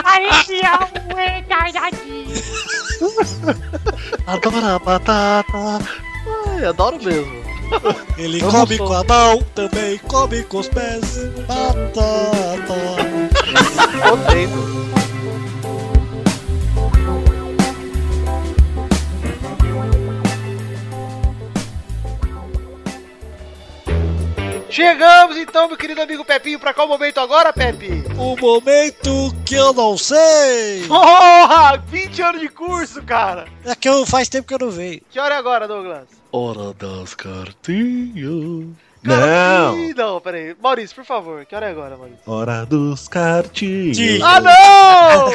Parecia um retardadinho. Adora batata. É, Ai, adoro mesmo. Ele Eu come não sou. com a mão, também come com os pés. Batata. Chegamos então, meu querido amigo Pepinho, pra qual momento agora, Pepe? O Um momento que eu não sei. Porra! 20 anos de curso, cara! É que eu, faz tempo que eu não vejo. Que hora é agora, Douglas? Hora das cartinhas. Não. Ih, não, peraí. Maurício, por favor, que hora é agora, Maurício? Hora dos cartinhos. Sim. Ah, [laughs] não!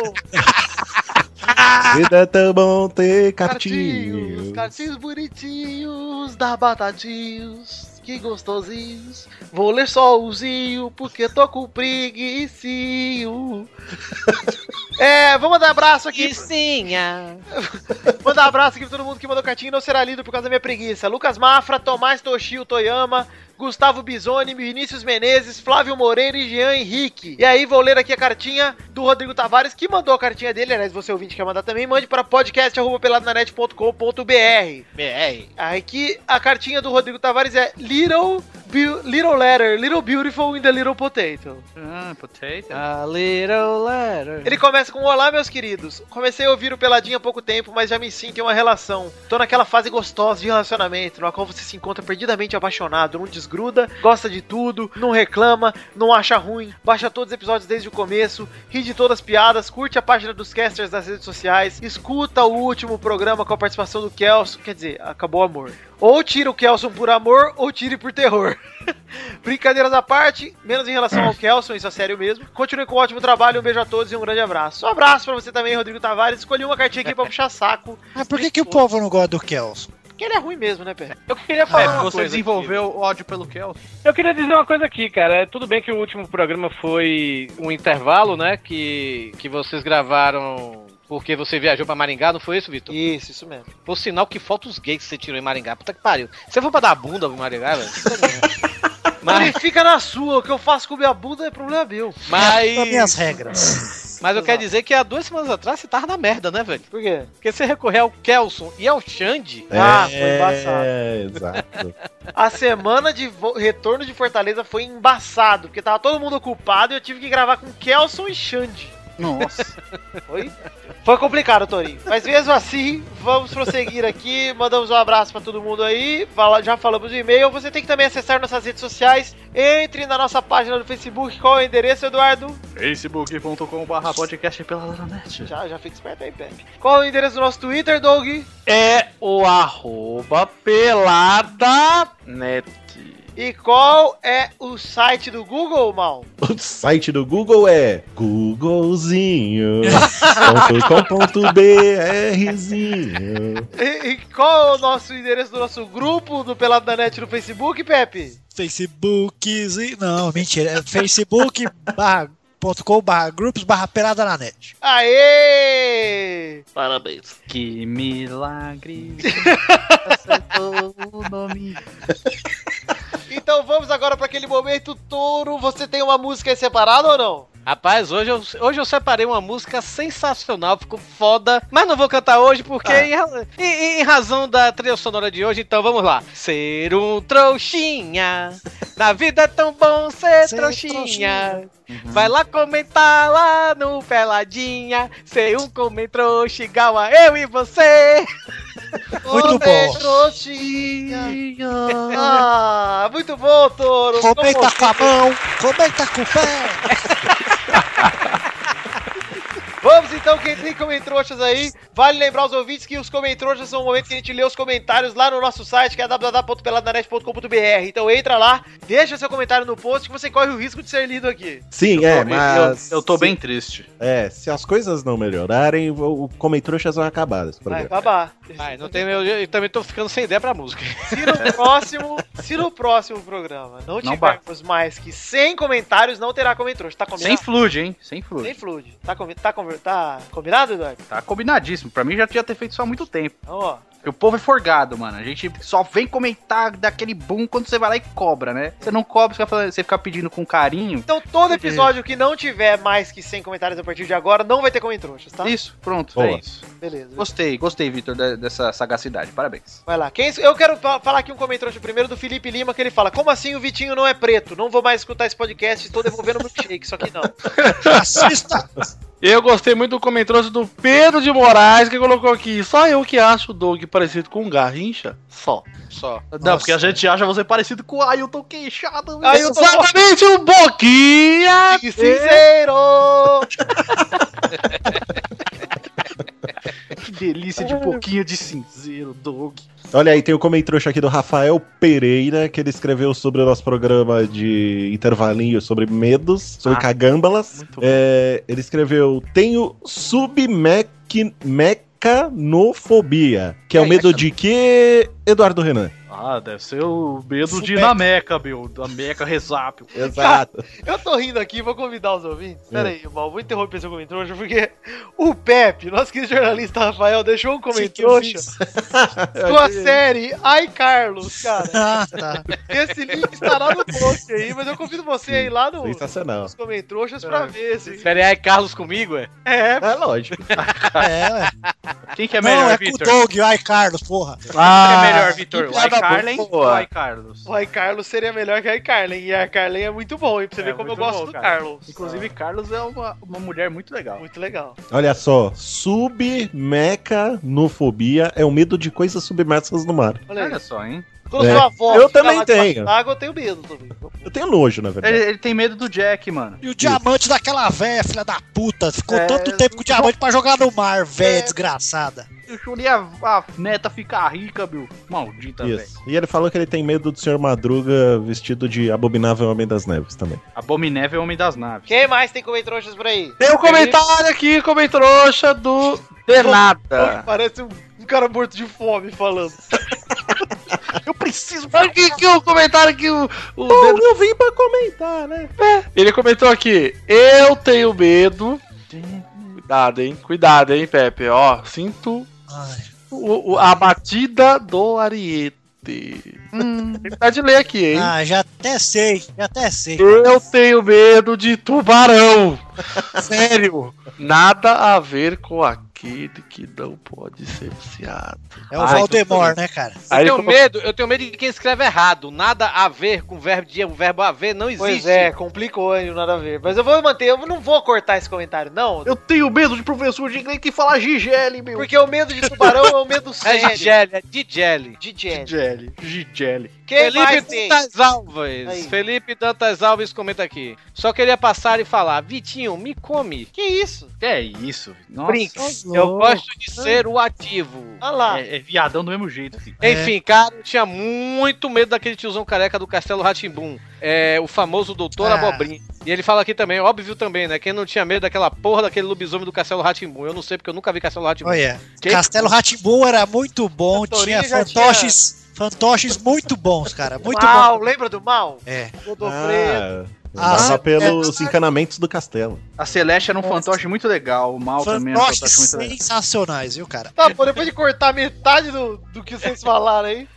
[laughs] Vida é tão bom ter Cartinhos, cartinhos. cartinhos bonitinhos da Batatinhos, que gostosinhos. Vou ler só o zinho, porque tô com [laughs] preguicinho. É, vou mandar abraço aqui. Mandar abraço aqui pra todo mundo que mandou cartinha e não será lido por causa da minha preguiça. Lucas Mafra, Tomás Toshio Toyama, Gustavo Bisoni, Vinícius Menezes, Flávio Moreira e Jean Henrique. E aí vou ler aqui a cartinha do Rodrigo Tavares, que mandou a cartinha dele. Aliás, você ouvinte quer mandar também, mande para podcast.peladnanet.com.br. BR. Aqui a cartinha do Rodrigo Tavares é Little, Beau- little Letter, Little Beautiful in the Little Potato. Ah, potato. A little letter. Ele começa com Olá, meus queridos. Comecei a ouvir o Peladinha há pouco tempo, mas já me sinto em uma relação. Tô naquela fase gostosa de relacionamento, na qual você se encontra perdidamente apaixonado, não desgruda, gosta de tudo, não reclama, não acha ruim, baixa todos os episódios desde o começo, ri de todas as piadas, curte a página dos casters nas redes sociais, escuta o último programa com a participação do Kelson, quer dizer, acabou o amor. Ou tira o Kelson por amor, ou tire por terror. [laughs] Brincadeiras à parte, menos em relação ao Kelson, isso é sério mesmo. Continue com um ótimo trabalho, um beijo a todos e um grande abraço. Um abraço pra você também, Rodrigo Tavares. Escolhi uma cartinha aqui pra puxar saco, Mas Ah, por que, que o povo não gosta do Kelson? porque ele é ruim mesmo, né, Pedro? Eu queria falar uma É, você coisa desenvolveu ódio pelo Kelso. Eu queria dizer uma coisa aqui, cara. É, Tudo bem que o último programa foi um intervalo, né? Que, que vocês gravaram porque você viajou pra Maringá, não foi isso, Vitor? Isso, isso mesmo. Por sinal, que foto os gays que você tirou em Maringá. Puta que pariu. Você foi pra dar a bunda em Maringá, [laughs] velho? Mas fica na sua, o que eu faço com minha bunda é problema meu. São Mas, minhas regras. mas eu quero dizer que há duas semanas atrás você tava na merda, né, velho? Por quê? Porque você recorreu ao Kelson e ao Xande. Ah, foi embaçado. É, exato. A semana de vo- retorno de Fortaleza foi embaçado, porque tava todo mundo ocupado e eu tive que gravar com Kelson e Xande. Nossa. [laughs] Foi Foi complicado, Torinho. Mas mesmo assim, vamos prosseguir aqui. Mandamos um abraço pra todo mundo aí. Fala- Já falamos o e-mail. Você tem que também acessar nossas redes sociais. Entre na nossa página do Facebook. Qual é o endereço, Eduardo? facebook.com.br podcast peladranet. Já, já fica esperto aí, Pepe. Qual é o endereço do nosso Twitter, Doug? É o arroba pelada net. E qual é o site do Google, Mal? O site do Google é googlezinho.com.brzinho. E, e qual é o nosso endereço do nosso grupo do Pelado da Net no Facebook, Pepe? Facebook. Não, mentira. É Facebook barra, ponto com barra grupos barra pelada na net. Aê! Parabéns. Que milagre. acertou o nome. Então vamos agora para aquele momento, Touro. Você tem uma música aí separada ou não? Rapaz, hoje eu, hoje eu separei uma música sensacional, ficou foda, mas não vou cantar hoje porque Ah. em, ra- em- em razão da trilha sonora de hoje, então vamos lá. Ser um trouxinha, na vida é tão bom ser, Ser trouxinha. trouxinha. Vai lá comentar lá Um no Peladinha, ser um comer trouxa igual a eu e você. [laughs] Um Muito bom. Ah, muito bom, Touro. Comenta Como- com a mão, comenta com o pé. Vamos então, quem tem comentroxas aí. Vale lembrar os ouvintes que os comentroxas são o momento que a gente lê os comentários lá no nosso site, que é www.peladanet.com.br. Então entra lá, deixa seu comentário no post que você corre o risco de ser lido aqui. Sim, é, mas. Eu, eu tô se- bem triste. É, se as coisas não melhorarem, o o comentrouxas vão acabar esse Vai, programa. babá. Uhum. Ai, não tem meu, eu também tô ficando sem ideia pra música. Se [laughs] no próximo, se no próximo programa É. não, Não tivermos mais que 100 comentários, não terá comentroxa. Tá combinado? Sem flude, hein? Sem flude. Sem fluid. Tá, combi- tá, combi- tá combinado, Eduardo? Tá combinadíssimo. Pra mim já tinha ter feito isso há muito tempo. Então, ó. Porque o povo é forgado, mano. A gente só vem comentar daquele boom quando você vai lá e cobra, né? Você não cobra, você fica, falando- você fica pedindo com carinho. Então, todo episódio que não tiver mais que 100 comentários a partir de agora, não vai ter comentroxas, tá? Isso, pronto. Boa. É isso. Beleza. Gostei, gostei, Vitor, de- dessa sagacidade. Parabéns. Vai lá. Quem, é eu quero fa- falar aqui um comentário primeiro do Felipe Lima, que ele fala: Como assim o Vitinho não é preto? Não vou mais escutar esse podcast, estou devolvendo o milkshake, só que não. Assista. [laughs] Eu gostei muito do comentário do Pedro de Moraes que colocou aqui. Só eu que acho o Doug parecido com o Garrincha? Só. Só. Não, porque a gente acha você parecido com o Ailton Queixada. meu. Ailton- Exatamente, um o Boquinha. Que Sincero! [laughs] Que delícia de pouquinho de cinzeiro, Doug. Olha aí, tem o comentrouxa aqui do Rafael Pereira, que ele escreveu sobre o nosso programa de intervalinho sobre medos, sobre Ah, cagâmbalas. muito É, ele escreveu: Tenho submecanofobia, que é o medo de que, Eduardo Renan? Ah, deve ser o medo de ir na Meca, meu. Da Meca Resap. Exato. Eu tô rindo aqui, vou convidar os É. ouvintes. Pera aí, mal, vou interromper seu comentário, porque o Pepe, nosso querido jornalista Rafael, deixou um comentário com É. a série Ai Carlos, cara. Ah, tá. Esse link estará no post aí, mas eu convido você aí lá no, nos Sensacional. comentroxas pra ver assim, É. se. Espera aí, Carlos comigo, é? É, É lógico. É, ué. Quem que é melhor, Não, é com o Vitor? Doug. Ai, Carlos, porra. Quem Ah, é melhor, Vitor? que O iCarly piada ou boa. o iCarlos? O iCarlos seria melhor que a iCarlen. E a iCarlen é muito bom, hein? Pra você É, ver como eu muito gosto bom, do cara. Carlos. Inclusive, Carlos é uma, uma mulher muito Ah, legal. muito legal. Olha só, submecanofobia é o medo de coisas submersas no mar. Olha aí. só, hein? Quando É. sua avó Eu fica também lá debaixo tenho. d'água, eu tenho medo também. Eu tenho nojo, na Ele, verdade. ele tem medo do Jack, mano. E o diamante daquela véia, filha da puta. Ficou tanto tempo com o diamante pra jogar no mar, véia desgraçada. Eu chorei a, a neta ficar rica, meu. Maldita, velho. Isso. E ele falou que ele tem medo do Sr. Madruga vestido de abominável Homem das Neves também. Abominável é o homem das naves. Quem mais tem comentroxas por aí? Tem um comentário aqui, comentrouxa do Denada. Parece um, um cara morto de fome [laughs] falando. Eu preciso. Olha aqui, aqui o comentário que o, o Uh, Denada- eu vim pra comentar, né? Ele comentou aqui: Eu tenho medo. Cuidado, hein? Cuidado, hein, Pepe? Ó, sinto Ai, o- o- a batida do Ariete. [laughs] Hum, ele tá de ler aqui, hein? ah, já até sei, já até sei. Eu [laughs] tenho medo de tubarão. Sério. Nada a ver com a daquele que não pode ser viciado. É o Ai, Valdemar, né, cara? Eu tenho medo, eu tenho medo de quem escreve errado. Nada a ver com verbo de o verbo haver não existe. Pois é, complicou, hein, nada a ver. Mas eu vou manter, eu não vou cortar esse comentário, não. Eu tenho medo de professor de inglês que fala Gigeli, meu. Porque o medo de tubarão é o medo sério. É de Jelly, é de Jelly. De Jenny. Gigeli, Gigeli. Quem mais Felipe tem? Dantas Alves. Aí. Felipe Dantas Alves comenta aqui. Só queria passar e falar: Vitinho, me come. Que isso? Que é isso? Nossa, Brinks. Oh. Eu gosto de ser o ativo. Olha lá. é, é viadão do mesmo jeito. assim. É. Enfim, cara, eu tinha muito medo daquele tiozão careca do Castelo Ratimbum. É, o famoso Doutor Ah. Abobrinha. E ele fala aqui também, óbvio também, né? Quem não tinha medo daquela porra daquele lobisomem do Castelo Ratimbum? Eu não sei porque eu nunca vi Castelo Ratimbum. Olha, Que- Castelo Ratimbu era muito bom, Santorini tinha já fantoches, fantoches muito bons, cara, muito mal, bom. lembra do mal? É. Godofredo. Ah, Ah, andava é. pelos encanamentos do castelo. A Celeste era um fantoche muito legal, o Mal também era um Fantoches fantoche muito legal. sensacionais, viu, cara? Tá, pô, depois de cortar metade do, do que vocês falaram aí,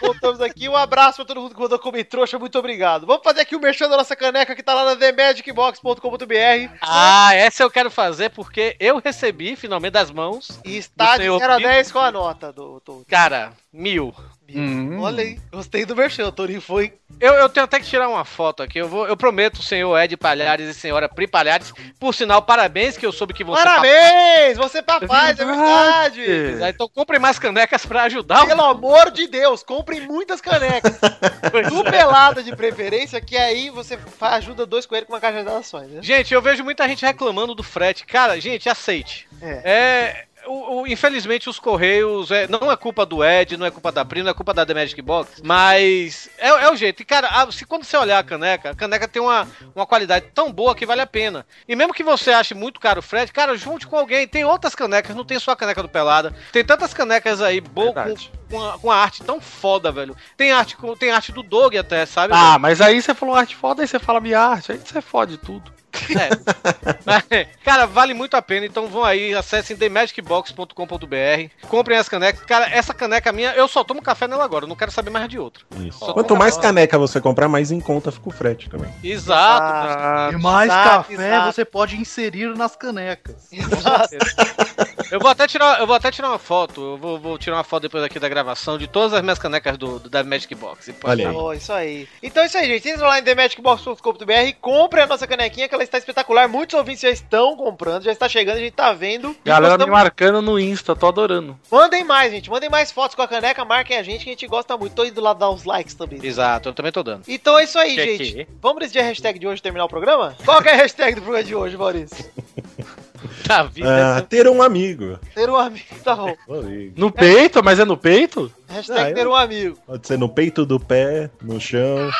voltamos aqui. Um abraço pra todo mundo que mandou comer trouxa, muito obrigado. Vamos fazer aqui o merchan da nossa caneca que tá lá na TheMagicBox.com.br Ah, essa eu quero fazer porque eu recebi finalmente das mãos. e está de Senhor 0 a Pico. 10 com a nota do Torinho. Cara, mil. Hum. Olha aí, gostei do merchan, o Torinho foi. Eu, eu tenho até que tirar uma foto aqui. Eu, vou, eu prometo, senhor Ed Palhares e senhora Pri Palhares. Por sinal, parabéns, que eu soube que você. tá Parabéns! Você é papai, é verdade! Então compre mais canecas pra ajudar. Pelo amor de Deus, comprem muitas [laughs] canecas. é. do Pelada de preferência, que aí você fa- ajuda dois coelhos com uma caixa de ações, né? Gente, eu vejo muita gente reclamando do frete. Cara, gente, aceite. É. o- o- infelizmente, os Correios. é, não é culpa do Ed, não é culpa da Pri, não é culpa da The Magic Box. Mas é, é o jeito. E, cara, a- se, quando você olhar a caneca, a caneca tem uma, uma qualidade tão boa que vale a pena. E mesmo que você ache muito caro o frete, cara, junte com alguém. Tem outras canecas, não tem só a caneca do Pelada. Tem tantas canecas aí boas com, Verdade. com a, com a arte tão foda, velho. Tem arte, com- tem arte do Dog até, sabe? Ah, mas aí você falou arte foda, aí você fala minha arte, aí você fode tudo. [laughs] É. Mas, cara, vale muito a pena. Então vão aí, acessem themagicbox.com.br, comprem as canecas. Cara, essa caneca minha, eu só tomo café nela agora, eu não quero saber mais de outra. Isso. Ó. Quanto mais caneca você comprar, mais em conta fica o frete [laughs] também. Exato. Ah. E mais Exato, café exato. você pode inserir nas canecas. Eu vou até tirar, eu vou até tirar uma foto. Eu vou, vou tirar uma foto depois aqui da gravação de todas as minhas canecas do, do- da Magic Box. E pode- Olha aí. Ó, Tá isso aí. Então é isso aí, gente. Entra lá em TheMagicBox.com.br e compre a nossa canequinha, que ela está espetacular. Muitos ouvintes já estão comprando, já está chegando, a gente tá vendo. E Galera nós me tamo- marcando no Insta, tô adorando. Mandem mais, gente. Mandem mais fotos com a caneca, marquem a gente, que a gente gosta muito. Tô indo lá dar uns likes também. Exato, eu também tô dando. Então é isso aí, Que- gente. que- Vamos decidir a hashtag de hoje e terminar o programa? Qual que é a hashtag do programa de hoje, Maurício? Tá vida. É. Ah, ter um amigo. Ter um amigo, [laughs] tá bom. No peito? Mas é no peito? Ah, Hashtag eu- ter um amigo. Pode ser no peito do pé, no chão.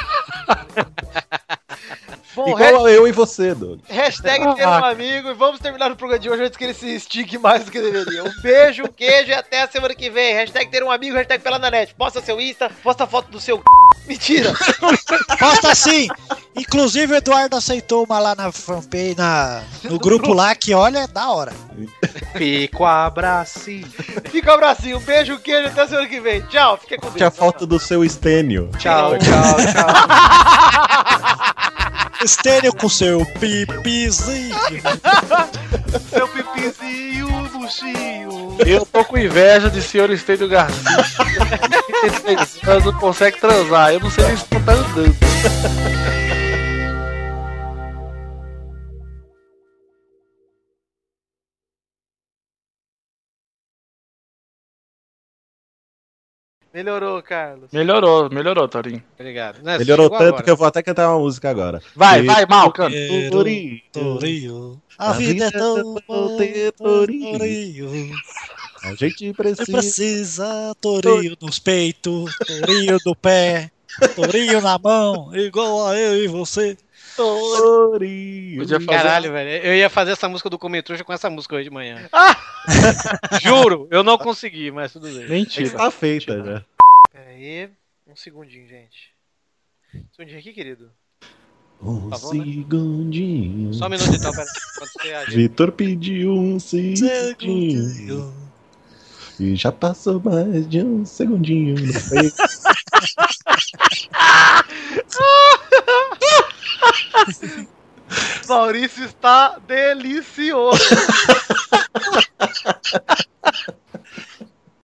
Bom, hashtag. Igual eu e você, Doug. Hashtag ter um amigo e vamos terminar o programa de hoje antes que ele se estique mais do que deveria. Um beijo, um queijo e até a semana que vem. Hashtag ter um amigo, hashtag pela net. Posta seu Insta, posta foto do seu [laughs] c... Mentira! Posta assim. Inclusive o Eduardo aceitou uma lá na fanpage, na, no grupo lá, que olha, é da hora. Fico abracinho. Fica um abracinho, um beijo, um queijo até a semana que vem. Tchau, fica com Deus. Tinha foto do seu estênio. Tchau, tchau, tchau. Estênio com seu pipizinho. Seu pipizinho, buchinho. Eu tô com inveja de senhor Estênio Garcia. 36 anos, não consegue transar. Eu não sei nem se tu tá andando. Melhorou, Carlos. Melhorou, melhorou, Torinho. Obrigado. É, Né, Melhorou chegou tanto agora. que eu vou até cantar uma música agora. um Vai, E- vai, mal, canta. Torinho. A vida é tão ter Torinho. Torinho. A gente Você precisa. precisa Torinho nos peitos, Torinho no pé, Torinho na mão, igual a eu e você. Torinho. Podia fazer. Caralho, velho. Eu ia fazer essa música do Cometruxa com essa música hoje [laughs] de manhã. Ah! Juro, eu não consegui, mas tudo bem. É que Mentira. tá feita já. Pera aí, um segundinho, gente. Um segundinho aqui, querido. Um Tá bom, né? segundinho. Só um minuto então, pera. Pode ser a gente. Vitor pediu um segundinho. E já passou mais de um segundinho no peito. Maurício está delicioso.